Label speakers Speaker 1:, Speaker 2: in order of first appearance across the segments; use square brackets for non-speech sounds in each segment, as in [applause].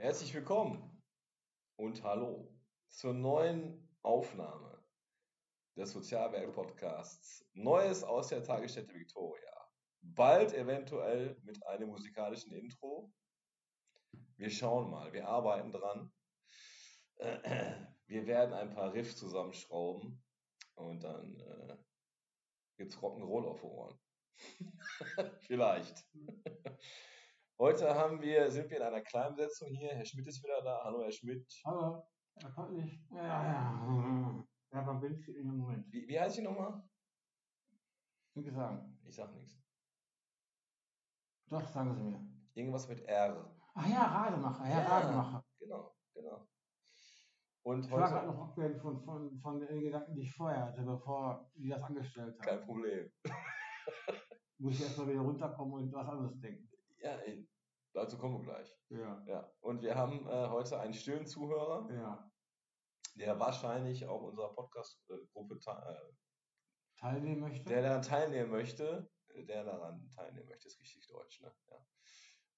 Speaker 1: Herzlich willkommen und hallo zur neuen Aufnahme des Sozialwerk-Podcasts Neues aus der Tagesstätte Victoria. Bald eventuell mit einem musikalischen Intro. Wir schauen mal, wir arbeiten dran. Wir werden ein paar Riffs zusammenschrauben und dann äh, gibt's Rock'n'Roll auf den Ohren. [laughs] Vielleicht. Heute haben wir, sind wir in einer Kleinbesetzung hier. Herr Schmidt ist wieder da. Hallo, Herr Schmidt.
Speaker 2: Aber er kann nicht. Ja, ja. Ja, man will sie in dem Moment.
Speaker 1: Wie, wie heißt sie nochmal?
Speaker 2: Wie gesagt,
Speaker 1: Ich sag nichts.
Speaker 2: doch, sagen Sie mir.
Speaker 1: Irgendwas mit R.
Speaker 2: Ach ja, Rademacher, Herr
Speaker 1: Ja.
Speaker 2: Rademacher.
Speaker 1: Genau, genau. Und
Speaker 2: Ich war gerade
Speaker 1: heute.
Speaker 2: noch abgelenkt von, von, von den Gedanken, die ich vorher hatte, bevor die das angestellt haben.
Speaker 1: Kein Problem.
Speaker 2: Muss ich erstmal wieder runterkommen und was anderes denken.
Speaker 1: Ja, ey, dazu kommen wir gleich.
Speaker 2: Ja.
Speaker 1: Ja. Und wir haben äh, heute einen stillen Zuhörer,
Speaker 2: Ja.
Speaker 1: der wahrscheinlich auch unserer Podcast-Gruppe te- äh,
Speaker 2: Teilnehmen möchte.
Speaker 1: Der daran teilnehmen möchte, der daran teilnehmen möchte, ist richtig deutsch, ne? Ja.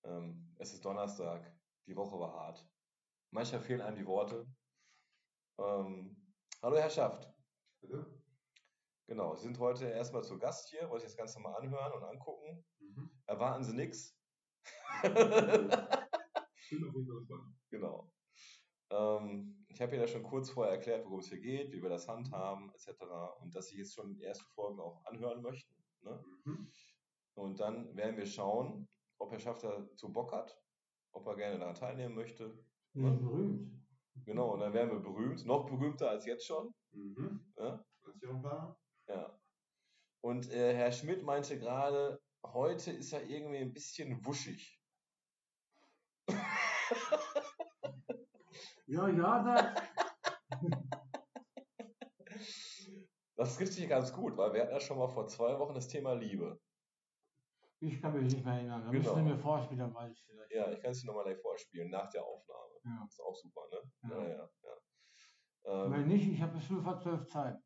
Speaker 1: Ähm, es ist Donnerstag, die Woche war hart. Manchmal fehlen einem die Worte. Ähm, hallo Herrschaft.
Speaker 2: Bitte?
Speaker 1: Genau, Sie sind heute erstmal zu Gast hier, wollte ich das Ganze mal anhören und angucken. Erwarten Sie nichts. [laughs] Genau. Ähm, ich habe Ihnen ja schon kurz vorher erklärt, worum es hier geht, wie wir das handhaben, etc. Und dass Sie jetzt schon die ersten Folgen auch anhören möchten. Ne? Und dann werden wir schauen, ob Herr Schafter zu Bock hat, ob er gerne daran teilnehmen möchte.
Speaker 2: Wir sind berühmt.
Speaker 1: Genau, und dann werden wir berühmt, noch berühmter als jetzt schon.
Speaker 3: Mhm.
Speaker 1: Ne?
Speaker 3: Kannst du auch sagen?
Speaker 1: Ja. Und äh, Herr Schmidt meinte gerade, heute ist er irgendwie ein bisschen wuschig.
Speaker 2: Ja, ja, das.
Speaker 1: Das trifft sich ganz gut, weil wir hatten ja schon mal vor zwei Wochen das Thema Liebe.
Speaker 2: Ich kann mich nicht mehr erinnern. Da
Speaker 1: Genau.
Speaker 2: müssen Sie mir vorspielen, weiß ich vielleicht.
Speaker 1: Ja, ich kann es dir nochmal live vorspielen, nach der Aufnahme.
Speaker 2: Ja.
Speaker 1: Ist auch super, ne?
Speaker 2: Ja.
Speaker 1: ja, ja. Ähm,
Speaker 2: Wenn nicht, ich habe bis 5 vor 12 Zeit.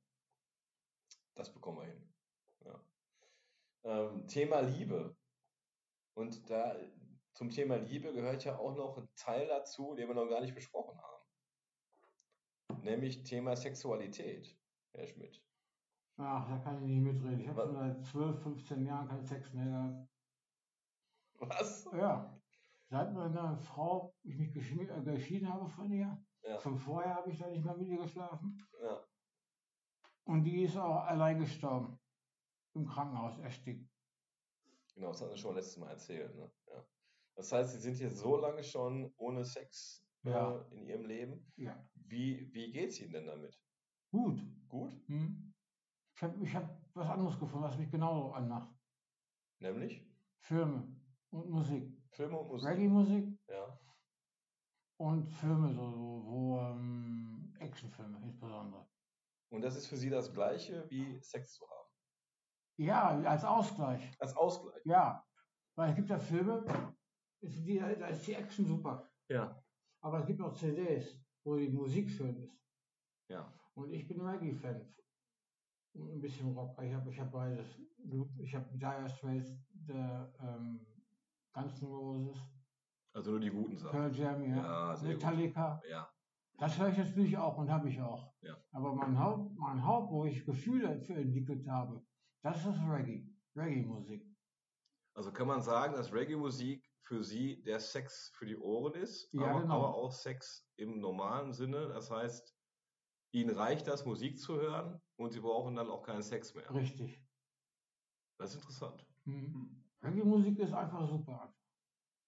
Speaker 1: Das bekommen wir hin. Ja. Ähm, Thema Liebe. Und da zum Thema Liebe gehört ja auch noch ein Teil dazu, den wir noch gar nicht besprochen haben. Nämlich Thema Sexualität, Herr Schmidt. [laughs]
Speaker 2: Ach, da kann ich nicht mitreden. Ich habe
Speaker 1: Was?
Speaker 2: schon seit 12, 15 Jahren keinen Sex mehr gehabt.
Speaker 1: Was?
Speaker 2: Ja, seit meiner Frau ich mich geschmi- äh, geschieden habe von ihr,
Speaker 1: Ja.
Speaker 2: von vorher habe ich da nicht mehr mit ihr geschlafen.
Speaker 1: Ja.
Speaker 2: Und die ist auch allein gestorben. Im Krankenhaus erstickt.
Speaker 1: Genau, das hatten wir schon letztes Mal erzählt. Ne? Ja. Das heißt, Sie sind jetzt so lange schon ohne Sex
Speaker 2: Ja.
Speaker 1: äh, in Ihrem Leben.
Speaker 2: Ja.
Speaker 1: Wie, wie geht es Ihnen denn damit?
Speaker 2: Gut.
Speaker 1: Gut?
Speaker 2: Hm? Ich habe ich hab was anderes gefunden, was mich genauso anmacht.
Speaker 1: Nämlich
Speaker 2: Filme und Musik.
Speaker 1: Filme und Musik.
Speaker 2: Reggae-Musik
Speaker 1: Ja.
Speaker 2: und Filme, so, so wo ähm, Actionfilme insbesondere.
Speaker 1: Und das ist für Sie das Gleiche wie Sex zu haben.
Speaker 2: Ja, als Ausgleich.
Speaker 1: Als Ausgleich.
Speaker 2: Ja, weil es gibt ja Filme, ist die, da ist die Action super.
Speaker 1: Ja.
Speaker 2: Aber es gibt auch CDs, wo die Musik schön ist.
Speaker 1: Ja.
Speaker 2: Und ich bin Reggae-Fan. Und ein bisschen Rock. Ich habe ich hab beides. Ich habe Dire Straits, der ähm, Guns N' Roses,
Speaker 1: Also nur die guten Sachen.
Speaker 2: Pearl Jam, ja,
Speaker 1: Ja, sehr gut.
Speaker 2: Metallica.
Speaker 1: Ja,
Speaker 2: Das höre ich jetzt nicht auch und habe ich auch.
Speaker 1: Ja.
Speaker 2: Aber mein Haupt, mein Haupt, wo ich Gefühle für entwickelt habe, das ist Reggae. Reggae-Musik.
Speaker 1: also kann man sagen, dass Reggae-Musik für sie der Sex für die Ohren ist,
Speaker 2: Ja,
Speaker 1: aber,
Speaker 2: genau.
Speaker 1: aber auch Sex im normalen Sinne. Das heißt, ihnen reicht das, Musik zu hören und sie brauchen dann auch keinen Sex mehr.
Speaker 2: Richtig.
Speaker 1: Das ist interessant.
Speaker 2: Mhm. Reggae-Musik ist einfach super.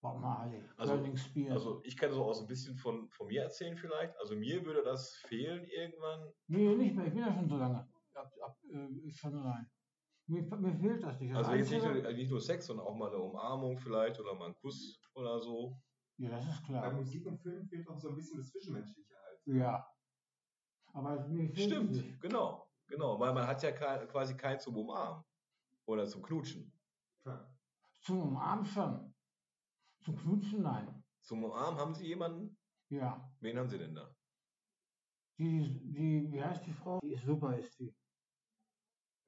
Speaker 2: Bob Marley,
Speaker 1: Also-
Speaker 2: Burning Spears.
Speaker 1: Also ich kann so aus ein bisschen von, von mir erzählen vielleicht. Also mir würde das fehlen irgendwann.
Speaker 2: nee, nicht mehr. Ich bin ja schon so lange. Ab, ab, äh, schon allein. Mir, mir fehlt das nicht. Das
Speaker 1: Also jetzt nicht
Speaker 2: Einzige-
Speaker 1: nur, nicht nur Sex, sondern auch mal eine Umarmung vielleicht oder mal einen Kuss oder so.
Speaker 2: ja, das ist
Speaker 3: Bei
Speaker 2: klar.
Speaker 3: Musik und Film fehlt auch so ein bisschen das Zwischenmenschliche halt.
Speaker 2: Ja. Aber mir fehlt es nicht.
Speaker 1: Stimmt, genau. Genau, weil man hat ja kein, quasi keinen zum Umarmen oder zum Knutschen.
Speaker 3: Klar.
Speaker 2: Zum Umarmen schon. Zum Knutschen nein.
Speaker 1: Zum Umarmen haben Sie jemanden?
Speaker 2: Ja.
Speaker 1: Wen haben Sie denn da?
Speaker 2: Die, die, wie heißt die Frau? Die ist super, ist die.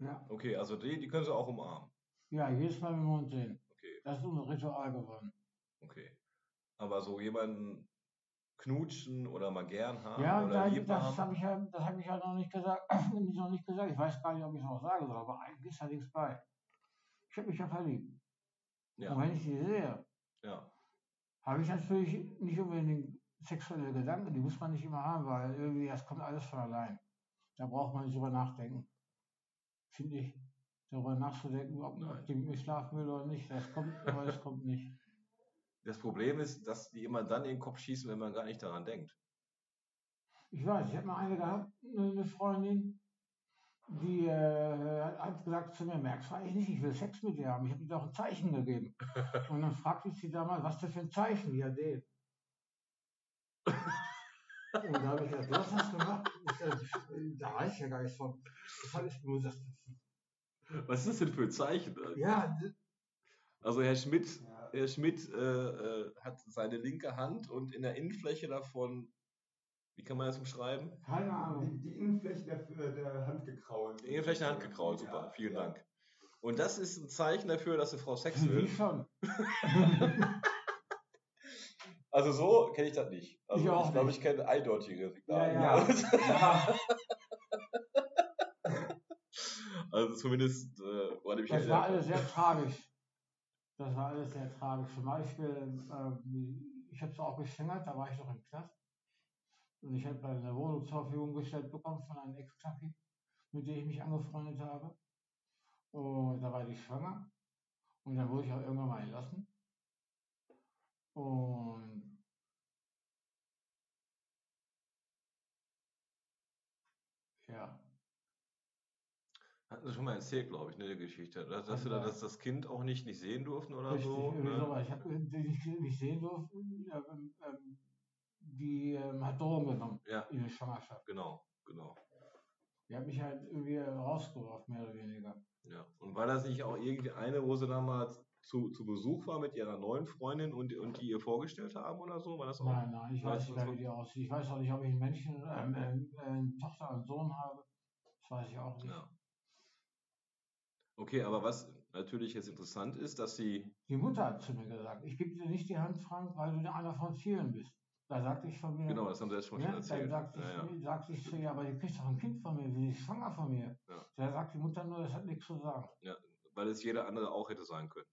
Speaker 2: Ja.
Speaker 1: Okay, also die, die können Sie auch umarmen.
Speaker 2: Ja, jedes Mal, wenn wir uns sehen.
Speaker 1: Okay,
Speaker 2: Das ist unser Ritual geworden.
Speaker 1: okay. Aber so jemanden, knutschen oder mal gern haben
Speaker 2: Ja,
Speaker 1: Ähm, oder
Speaker 2: da,
Speaker 1: lieb
Speaker 2: das
Speaker 1: haben.
Speaker 2: habe ich ja, das habe ich ja noch nicht gesagt, [clears throat] ich noch nicht gesagt. Ich weiß gar nicht, ob ich es noch sagen soll, aber eigentlich ist da nichts bei. Ich habe mich ja verliebt. Und
Speaker 1: Ja,
Speaker 2: wenn ich die sehe,
Speaker 1: ja,
Speaker 2: habe ich natürlich nicht unbedingt sexuelle Gedanken. Die muss man nicht immer haben, weil irgendwie das kommt alles von allein. Da braucht man nicht drüber nachdenken. Finde ich. Darüber nachzudenken, ob,
Speaker 1: Nein.
Speaker 2: ob die mit mir schlafen will oder nicht. Das kommt, aber es kommt nicht.
Speaker 1: Das Problem ist, dass die immer dann in den Kopf schießen, wenn man gar nicht daran denkt.
Speaker 2: Ich weiß, ich habe mal eine gehabt, eine Freundin, die äh, hat- hat gesagt zu mir, merkst du eigentlich nicht, ich will Sex mit dir haben. Ich habe dir doch ein Zeichen gegeben. Und dann fragte ich sie damals, was denn für ein Zeichen? Ja, den. Und da habe ich gesagt, du hast das gemacht? Ich, äh, da weiß ich ja gar nichts von. Das habe ich nur das.
Speaker 1: Was ist das denn für ein Zeichen?
Speaker 2: Ja, d-
Speaker 1: Also Herr Schmidt,
Speaker 3: Ja.
Speaker 1: Herr Schmidt äh, äh, hat seine linke Hand und in der Innenfläche davon, wie kann man das umschreiben?
Speaker 2: keine Ahnung.
Speaker 3: Die, die Innenfläche der, äh, der Hand gekrault.
Speaker 1: Die Innenfläche der Hand gekraut, super,
Speaker 3: Ja,
Speaker 1: vielen
Speaker 3: ja.
Speaker 1: Dank. Und das ist ein Zeichen dafür, dass eine Frau Sex
Speaker 2: Für
Speaker 1: will.
Speaker 2: die schon.
Speaker 1: [laughs] Also so kenne ich das nicht. Also
Speaker 2: Ich
Speaker 1: ich,
Speaker 2: auch
Speaker 1: glaube,
Speaker 2: nicht.
Speaker 1: ich kenne eindeutige Signale.
Speaker 2: Ja.
Speaker 3: Ja.
Speaker 1: [laughs] Also zumindest, äh, warte mich
Speaker 2: Das
Speaker 1: erinnern
Speaker 2: war
Speaker 1: kann.
Speaker 2: alles sehr tragisch. Das war alles sehr tragisch. Zum Beispiel, ähm, ich habe es auch geschwängert, da war ich noch im Knast. Und ich habe eine Wohnung zur Verfügung gestellt bekommen von einem Ex-Knacki, mit dem ich mich angefreundet habe. Und da war die schwanger. Und dann wurde ich auch irgendwann mal entlassen. Und ja,
Speaker 1: Hatten sie schon mal erzählt, glaube ich, ne, die Geschichte. Dass, dass, sie
Speaker 2: Ja.
Speaker 1: da, dass das Kind auch nicht, nicht sehen durften oder
Speaker 2: Richtig,
Speaker 1: so.
Speaker 2: irgendwie
Speaker 1: Ne?
Speaker 2: sowas. Ich habe die nicht, nicht sehen dürfen. Ähm, ähm, die ähm, hat Drogen genommen
Speaker 1: Ja,
Speaker 2: in der Schwangerschaft.
Speaker 1: genau, genau.
Speaker 2: Die hat mich halt irgendwie rausgeworfen, mehr oder weniger.
Speaker 1: Ja. Und war das nicht auch irgendwie eine, wo sie damals zu, zu Besuch war mit ihrer neuen Freundin und, und die ihr vorgestellt haben oder so? War das auch?
Speaker 2: Nein, nein, ich weiß
Speaker 1: Weißt du,
Speaker 2: nicht mehr,
Speaker 1: so-
Speaker 2: wie die aussieht. Ich weiß auch nicht, ob ich ein Männchen, ähm, ähm, äh, eine Tochter und einen Sohn habe. Das weiß ich auch nicht.
Speaker 1: Ja. Okay, aber was natürlich jetzt interessant ist, dass sie.
Speaker 2: Die Mutter hat zu mir gesagt, ich gebe dir nicht die Hand, Frank, weil du einer von vielen bist. Da sagte ich von mir,
Speaker 1: Genau, das haben sie jetzt schon,
Speaker 2: Ja,
Speaker 1: schon
Speaker 2: dann
Speaker 1: erzählt.
Speaker 2: sagte
Speaker 1: Ja, ja.
Speaker 2: ich, sagte ich zu ihr, aber die kriegt doch ein Kind von mir, die ist schwanger von mir.
Speaker 1: Ja.
Speaker 2: Da sagt die Mutter nur, das hat nichts zu sagen.
Speaker 1: Weil es jeder andere auch hätte sein können.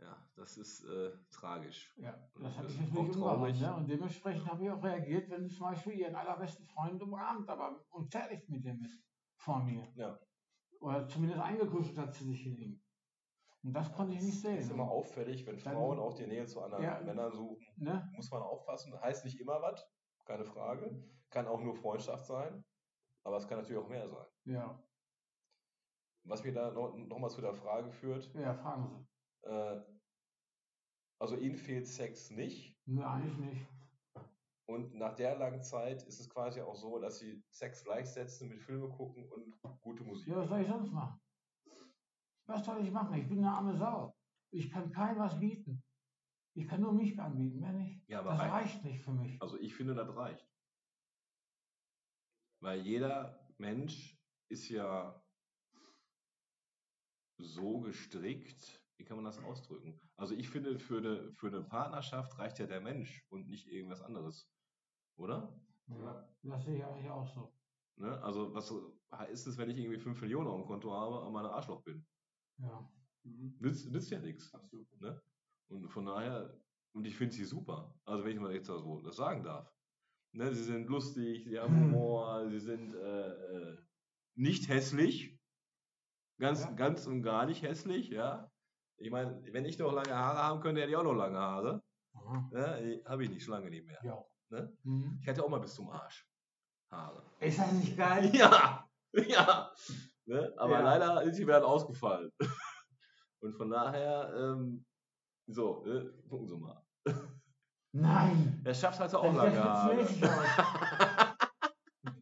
Speaker 1: Ja, das ist äh, tragisch.
Speaker 2: Ja,
Speaker 1: Das
Speaker 2: das hat
Speaker 1: ist
Speaker 2: mich natürlich
Speaker 1: auch traurig.
Speaker 2: umgehauen. Ne? Und dementsprechend habe ich auch reagiert, wenn zum Beispiel ihren allerbesten Freund umarmt, aber und fertig mit dem ist vor mir.
Speaker 1: Ja.
Speaker 2: Oder zumindest eingekuschelt hat sie sich in ihm. Und das konnte ich nicht sehen.
Speaker 1: ist immer auffällig, wenn
Speaker 2: Dann-
Speaker 1: Frauen auch die Nähe zu anderen
Speaker 2: Ja.
Speaker 1: Männern suchen.
Speaker 2: ne?
Speaker 1: muss man aufpassen. Heißt nicht immer was, keine Frage. Kann auch nur Freundschaft sein, aber es kann natürlich auch mehr sein.
Speaker 2: Ja,
Speaker 1: Was mir da nochmal noch mal zu der Frage führt,
Speaker 2: ja, fragen Sie.
Speaker 1: äh, also ihnen fehlt Sex nicht
Speaker 2: Nö, eigentlich nicht.
Speaker 1: und nach der langen Zeit ist es quasi auch so, dass sie Sex gleichsetzen mit Filme gucken und gute Musik.
Speaker 2: Ja, was soll ich sonst machen? Was soll ich machen? Ich bin eine arme Sau. Ich kann keinem was bieten. Ich kann nur mich anbieten, mehr nicht.
Speaker 1: Ja,
Speaker 2: Das reicht nicht für mich.
Speaker 1: Also ich finde, das reicht. Weil jeder Mensch ist ja so gestrickt, wie kann man das ausdrücken? Also ich finde, für eine, für eine Partnerschaft reicht ja der Mensch und nicht irgendwas anderes. Oder?
Speaker 3: Ja.
Speaker 2: Das sehe ich eigentlich auch so.
Speaker 1: Ne? Also was heißt es, wenn ich irgendwie 5 Millionen auf dem Konto habe, aber mein Arschloch bin?
Speaker 2: Ja.
Speaker 3: Mhm.
Speaker 1: Nützt, nützt ja nichts.
Speaker 3: Absolut.
Speaker 1: Und von daher, und ich finde sie super. Also wenn ich mal jetzt so das sagen darf. Ne, sie sind lustig, sie haben
Speaker 2: Hm.
Speaker 1: Humor, sie sind äh, äh, nicht hässlich. Ganz,
Speaker 2: Ja.
Speaker 1: ganz und gar nicht hässlich, ja. Ich meine, wenn ich noch lange Haare haben könnte, hätte ich auch noch lange Haare.
Speaker 2: Aha.
Speaker 1: Ne? Habe ich nicht, schon lange nicht mehr.
Speaker 2: Ja.
Speaker 1: Ne?
Speaker 2: Mhm.
Speaker 1: Ich hatte auch mal bis zum Arsch Haare.
Speaker 2: Ist das nicht geil?
Speaker 1: [laughs] Ja, ja. Ne? Aber
Speaker 2: Ja.
Speaker 1: leider ist sie mir dann ausgefallen. [laughs] Und von daher, ähm, so, ne? gucken Sie mal.
Speaker 2: Nein!
Speaker 1: Der Schafft hatte auch
Speaker 2: Das sieht
Speaker 1: lange
Speaker 2: ja
Speaker 1: Haare.
Speaker 2: schwitzmäßig
Speaker 1: [laughs]
Speaker 2: aus.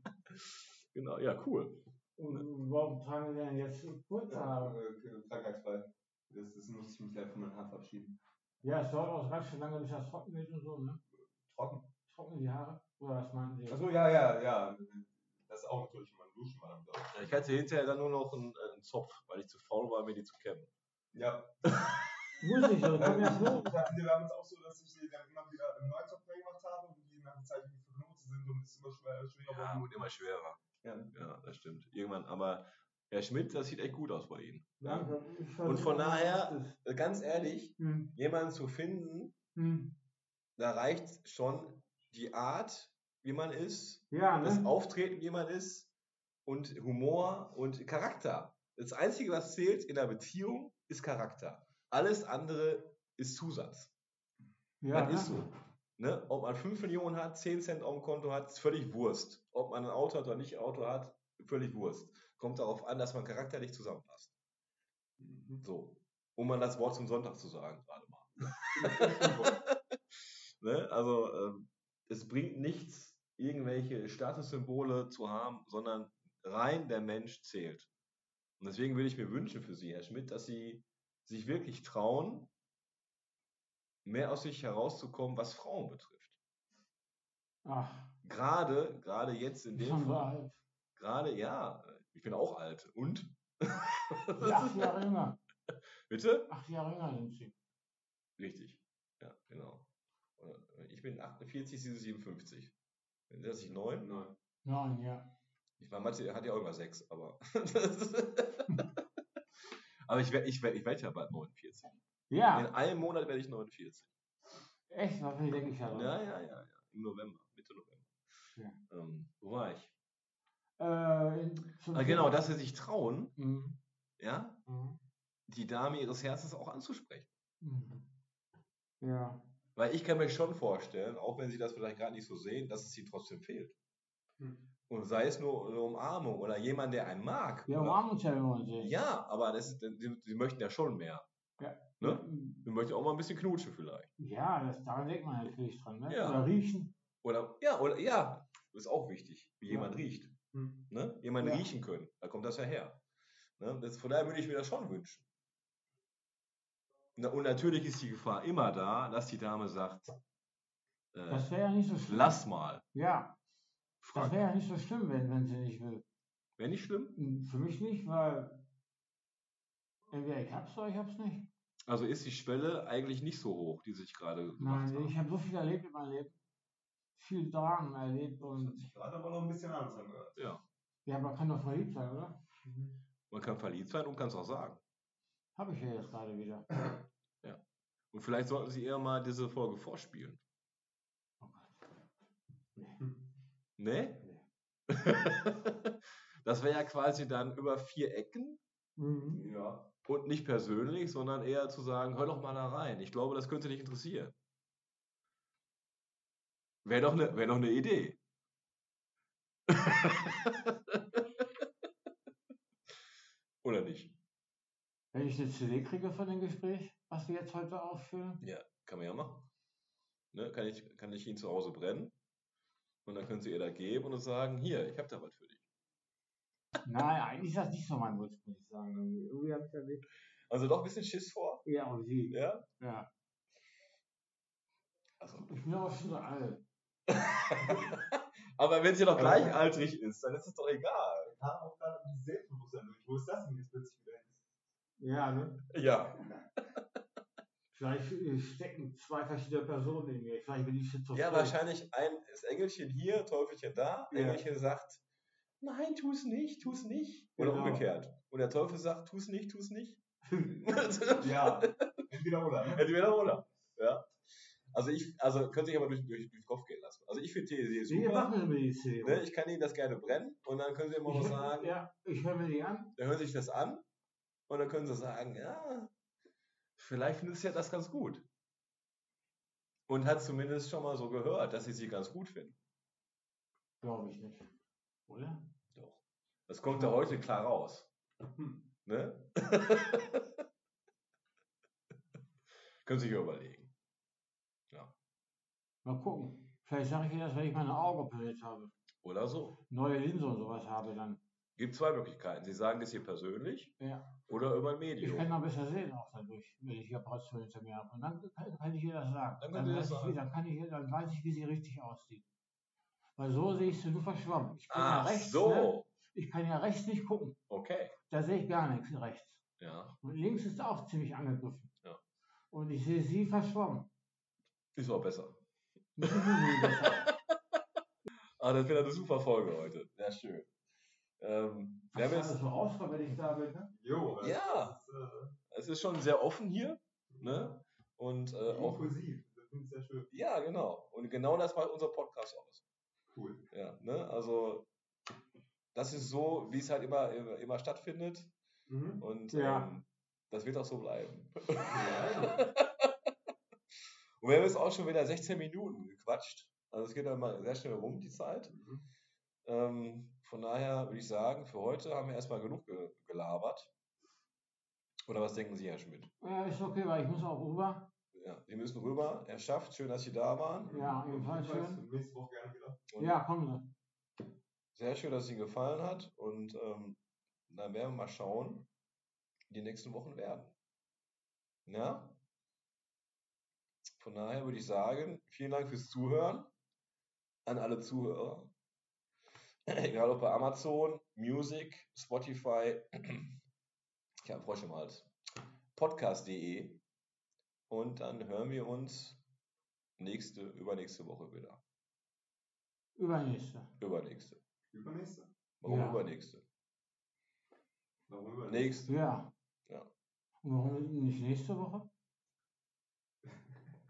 Speaker 1: Genau, ja, cool.
Speaker 2: Und warum tragen wir denn jetzt kurze
Speaker 3: Ja,
Speaker 2: Haare?
Speaker 3: äh, krankheitsfrei. Das, das muss ich mich gleich von meinem Haar verabschieden.
Speaker 2: Ja, es dauert auch ganz schön lange, bis das trocken wird und so, ne?
Speaker 3: Trocken.
Speaker 2: Trocken die Haare? Oder was meinen Sie? Also,
Speaker 3: Achso, ja, ja, ja. Das ist auch natürlich immer ein Duschen, mal am Tag.
Speaker 1: Ich hatte hinterher dann nur noch einen, äh, einen Zopf, weil ich zu faul war, mir die zu kämmen.
Speaker 3: Ja.
Speaker 2: Muss nicht, also kann mir das
Speaker 3: Also,
Speaker 2: los.
Speaker 3: wir haben es auch so, dass ich die dann immer wieder einen neuen Top Play gemacht habe und die nach der Zeit die Prognosen sind und es ist immer schwer, schwerer
Speaker 1: Ja,
Speaker 3: geworden.
Speaker 1: wurde immer schwerer.
Speaker 3: Ja.
Speaker 1: Ja, das stimmt. Irgendwann, aber Herr Schmidt, das sieht echt gut aus bei Ihnen. [laughs] Ja.
Speaker 2: Danke. Ich versuche,
Speaker 1: Und von daher-
Speaker 2: das ist-
Speaker 1: Äh, Ganz ehrlich,
Speaker 2: Hm,
Speaker 1: jemanden zu finden,
Speaker 2: hm.
Speaker 1: da reicht schon die Art, wie man ist,
Speaker 2: Ja,
Speaker 1: das
Speaker 2: ne?
Speaker 1: Auftreten, wie man ist und Humor und Charakter. Das Einzige, was zählt in einer Beziehung, ist Charakter. Alles andere ist Zusatz.
Speaker 2: Ja,
Speaker 1: das ist
Speaker 2: ne?
Speaker 1: so. Ne? Ob man 5 Millionen hat, 10 Cent auf dem Konto hat, ist völlig Wurst. Ob man ein Auto hat oder nicht ein Auto hat, völlig Wurst. Kommt darauf an, dass man charakterlich zusammenpasst. So. Um mal das Wort zum Sonntag zu sagen, gerade mal. [laughs] ne? Also, ähm, es bringt nichts, irgendwelche Statussymbole zu haben, sondern rein der Mensch zählt. Und deswegen würde ich mir wünschen für Sie, Herr Schmidt, dass Sie sich wirklich trauen, mehr aus sich herauszukommen, was Frauen betrifft.
Speaker 2: Ach,
Speaker 1: Gerade, gerade jetzt in dem
Speaker 2: schon so
Speaker 1: Fall, [laughs]
Speaker 2: alt.
Speaker 1: gerade, ja, ich bin auch alt. Und?
Speaker 2: Acht Jahre jünger.
Speaker 1: Bitte?
Speaker 2: Acht Jahre jünger sind sie.
Speaker 1: Richtig. Ja, genau. Oder, Ich bin 48, sie sind 57. Dann sind das nicht 9?
Speaker 3: Nein.
Speaker 2: Nein, ja.
Speaker 1: Ich meine, Mathe hat ja auch immer 6, aber. [laughs] aber ich werde ich werd, ich werd ja bald 49. In
Speaker 2: Ja,
Speaker 1: einem Monat werde ich 49.
Speaker 2: echt, was will ich denke ich ja.
Speaker 1: Ja, ja, ja, ja. Im November, Mitte November.
Speaker 2: Ja.
Speaker 1: Ähm, wo war ich?
Speaker 2: Äh, in- zum
Speaker 1: Ah, genau, dass sie sich trauen,
Speaker 2: Mhm.
Speaker 1: ja,
Speaker 2: Mhm.
Speaker 1: die Dame ihres Herzens auch anzusprechen.
Speaker 2: Mhm. Ja.
Speaker 1: Weil ich kann mir schon vorstellen, auch wenn sie das vielleicht gerade nicht so sehen, dass es sie trotzdem fehlt.
Speaker 3: Hm.
Speaker 1: Und sei es nur eine Umarmung oder jemand, der einen mag.
Speaker 2: Wir
Speaker 1: oder,
Speaker 2: umarmen uns ja, wenn wir uns sehen.
Speaker 1: ja aber das ist, die, die möchten ja schon mehr. ne? Die möchten auch mal ein bisschen knutschen vielleicht.
Speaker 2: Ja, das, daran denkt man natürlich dran, ne?
Speaker 1: Ja.
Speaker 2: Oder riechen.
Speaker 1: Oder ja, oder ja, ist auch wichtig, wie
Speaker 2: Ja.
Speaker 1: jemand riecht.
Speaker 3: Hm.
Speaker 1: Ne? Jemand
Speaker 2: Ja.
Speaker 1: riechen können, da kommt das ja her. Ne? Das, von daher würde ich mir das schon wünschen. Na, und natürlich ist die Gefahr immer da, dass die Dame sagt, äh,
Speaker 2: Das wäre ja nicht so schlimm.
Speaker 1: lass mal,
Speaker 2: Ja, das
Speaker 1: Frank.
Speaker 2: wäre ja nicht so schlimm, wenn, wenn sie nicht will.
Speaker 1: Wäre nicht schlimm.
Speaker 2: Hm, Für mich nicht, weil entweder ich hab's oder ich hab's nicht.
Speaker 1: Also ist die Schwelle eigentlich nicht so hoch, die sich gerade gemacht
Speaker 2: Nein, ich habe so viel erlebt in meinem Leben. Viel Dramen erlebt und
Speaker 3: Ich gerade aber noch ein bisschen anders angehört.
Speaker 1: Ja.
Speaker 2: ja, man kann doch verliebt sein, oder?
Speaker 3: Mhm.
Speaker 1: Man kann verliebt sein und kann es auch sagen.
Speaker 2: Habe ich ja jetzt gerade wieder.
Speaker 1: Und vielleicht sollten Sie eher mal diese Folge vorspielen. [laughs] Ne? [laughs] das wäre ja quasi dann über vier Ecken
Speaker 2: Mhm.
Speaker 3: Ja.
Speaker 1: und nicht persönlich, sondern eher zu sagen, hör doch mal da rein. Ich glaube, das könnte dich interessieren. Wäre doch eine wär doch ne Idee. [laughs] Oder nicht?
Speaker 2: Wenn ich eine CD kriege von dem Gespräch, was wir jetzt heute aufführen,
Speaker 1: Kann man ja machen. Ne? Kann, ich, kann ich ihn zu Hause brennen? Und dann können sie ihr da geben und sagen, hier, ich habe da was für dich.
Speaker 2: nein, eigentlich ist das nicht so mein Wunsch, muss ich sagen. Irgendwie hab ich da wirklich-
Speaker 1: Also doch ein bisschen Schiss vor.
Speaker 2: Ja, aber sie.
Speaker 1: Ja? [laughs]
Speaker 2: Ja.
Speaker 1: Also.
Speaker 2: Ich bin aber schon so alt.
Speaker 1: Aber wenn sie noch
Speaker 3: Aber-
Speaker 1: gleichaltrig ist, dann ist es doch egal.
Speaker 3: Wir haben auch gerade dieses Selbstbewusstsein durch. Wo ist das denn jetzt plötzlich wieder? hin?
Speaker 2: Ja, ne?
Speaker 1: Ja.
Speaker 2: Vielleicht äh, stecken zwei verschiedene Personen in mir. Vielleicht bin ich schizophren.
Speaker 1: Ja, wahrscheinlich ein das Engelchen hier, Teufelchen da.
Speaker 2: Ja.
Speaker 1: Engelchen sagt, nein, tu es nicht, tu es nicht. Oder
Speaker 2: Genau.
Speaker 1: umgekehrt. Und der Teufel sagt, tu es nicht, tu es nicht. [laughs]
Speaker 3: Ja. Entweder oder. Ne?
Speaker 1: Entweder oder. Ja. Also ich, also könnte ich aber durch, durch, durch den Kopf gehen lassen. Also ich finde TSE
Speaker 2: Wir
Speaker 1: super.
Speaker 2: machen mir die CD.
Speaker 1: Ne, ich kann ihnen das gerne brennen und dann können sie immer was
Speaker 2: Ich-
Speaker 1: sagen,
Speaker 2: Ja, ich höre mir die an.
Speaker 1: dann hören sie sich das an und dann können sie sagen, ja, vielleicht findet sie ja das ganz gut. Und hat zumindest schon mal so gehört, dass sie sie ganz gut finden.
Speaker 2: Glaube ich nicht. Oder?
Speaker 1: Doch. Das kommt da heute klar raus.
Speaker 3: Hm.
Speaker 1: Ne? [laughs] können Sie sich überlegen.
Speaker 2: Mal gucken. Vielleicht sage ich dir das, wenn ich meine Augen operiert habe.
Speaker 1: Oder so.
Speaker 2: Neue Linse und sowas habe dann.
Speaker 1: Gibt zwei Möglichkeiten. Sie sagen das hier persönlich
Speaker 2: Ja.
Speaker 1: oder über ein
Speaker 2: Ich
Speaker 1: Medium.
Speaker 2: kann dann besser sehen auch dadurch, wenn ich die Operation hinter mir habe. Und dann kann, kann ich ihr das sagen.
Speaker 1: Dann könnt ihr das
Speaker 2: weiß
Speaker 1: sagen.
Speaker 2: Ich, dann, kann ich, ihr- dann weiß ich, wie sie richtig aussieht. Weil so sehe ich sie nur verschwommen. Ich kann ja
Speaker 1: Ach
Speaker 2: rechts, ne?
Speaker 1: so.
Speaker 2: ich kann ja rechts nicht gucken.
Speaker 1: Okay.
Speaker 2: Da sehe ich gar nichts rechts.
Speaker 1: Ja.
Speaker 2: Und links ist auch ziemlich angegriffen.
Speaker 1: Ja.
Speaker 2: Und ich sehe sie verschwommen.
Speaker 1: Ist auch besser.
Speaker 2: Das ist
Speaker 1: [laughs]
Speaker 2: nie besser.
Speaker 1: Ah, das wird eine super Folge heute. Sehr schön. Ähm, wir
Speaker 2: Das
Speaker 1: haben
Speaker 2: ist
Speaker 1: jetzt,
Speaker 2: alles so aufkommen, wenn ich da bin. Ne?
Speaker 3: Jo, also das
Speaker 1: Ja.
Speaker 3: ist äh,
Speaker 1: es ist schon sehr offen hier, ne? Und äh, auch.
Speaker 3: inklusiv. Das finde ich sehr schön.
Speaker 1: Ja, genau. Und genau das macht unser Podcast aus.
Speaker 3: Cool.
Speaker 1: Ja, ne? Also, das ist so, wie es halt immer, immer, immer stattfindet.
Speaker 3: Mhm.
Speaker 1: Und
Speaker 2: Ja.
Speaker 1: ähm, das wird auch so bleiben.
Speaker 3: Ja,
Speaker 1: [laughs] Und wir haben jetzt auch schon wieder 16 Minuten gequatscht. Also es geht dann mal sehr schnell rum, die Zeit.
Speaker 3: mhm.
Speaker 1: Ähm, von daher würde ich sagen, für heute haben wir erstmal genug ge gelabert. Oder was denken Sie, Herr Schmidt?
Speaker 2: Ja, ist okay, weil ich muss auch rüber.
Speaker 1: Ja, Sie müssen rüber. Herr Schafft, schön, dass Sie da waren.
Speaker 2: Ja, ebenfalls
Speaker 3: Jedenfalls
Speaker 2: schön.
Speaker 3: Nächste Woche gerne wieder.
Speaker 1: Und
Speaker 2: Ja, komm.
Speaker 1: Sehr schön, dass es Ihnen gefallen hat. Und ähm, dann werden wir mal schauen, wie die nächsten Wochen werden. Ja? Von daher würde ich sagen, vielen Dank fürs Zuhören an alle Zuhörer. Egal ob bei Amazon, Music, Spotify, [clears throat] ich habe Frosch im Hals, podcast.de. Und dann hören wir uns nächste, übernächste Woche wieder.
Speaker 2: Übernächste.
Speaker 1: Übernächste.
Speaker 3: Übernächste.
Speaker 1: Warum
Speaker 2: Ja.
Speaker 1: übernächste?
Speaker 3: Warum übernächste?
Speaker 1: Nächste.
Speaker 2: Ja.
Speaker 1: Ja.
Speaker 2: Und warum nicht nächste Woche?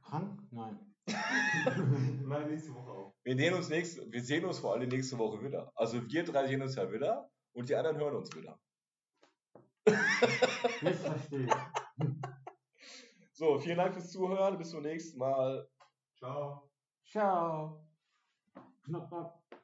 Speaker 2: Krank? Nein. [laughs]
Speaker 3: [laughs] Nein, nächste Woche auch.
Speaker 1: Wir sehen uns nächste, wir sehen uns vor allem nächste Woche wieder. Also wir drei sehen uns ja wieder und die anderen hören uns wieder.
Speaker 2: Jetzt verstehe ich.
Speaker 1: So, vielen Dank fürs Zuhören. Bis zum nächsten Mal.
Speaker 3: Ciao.
Speaker 2: Ciao. Knock, knock.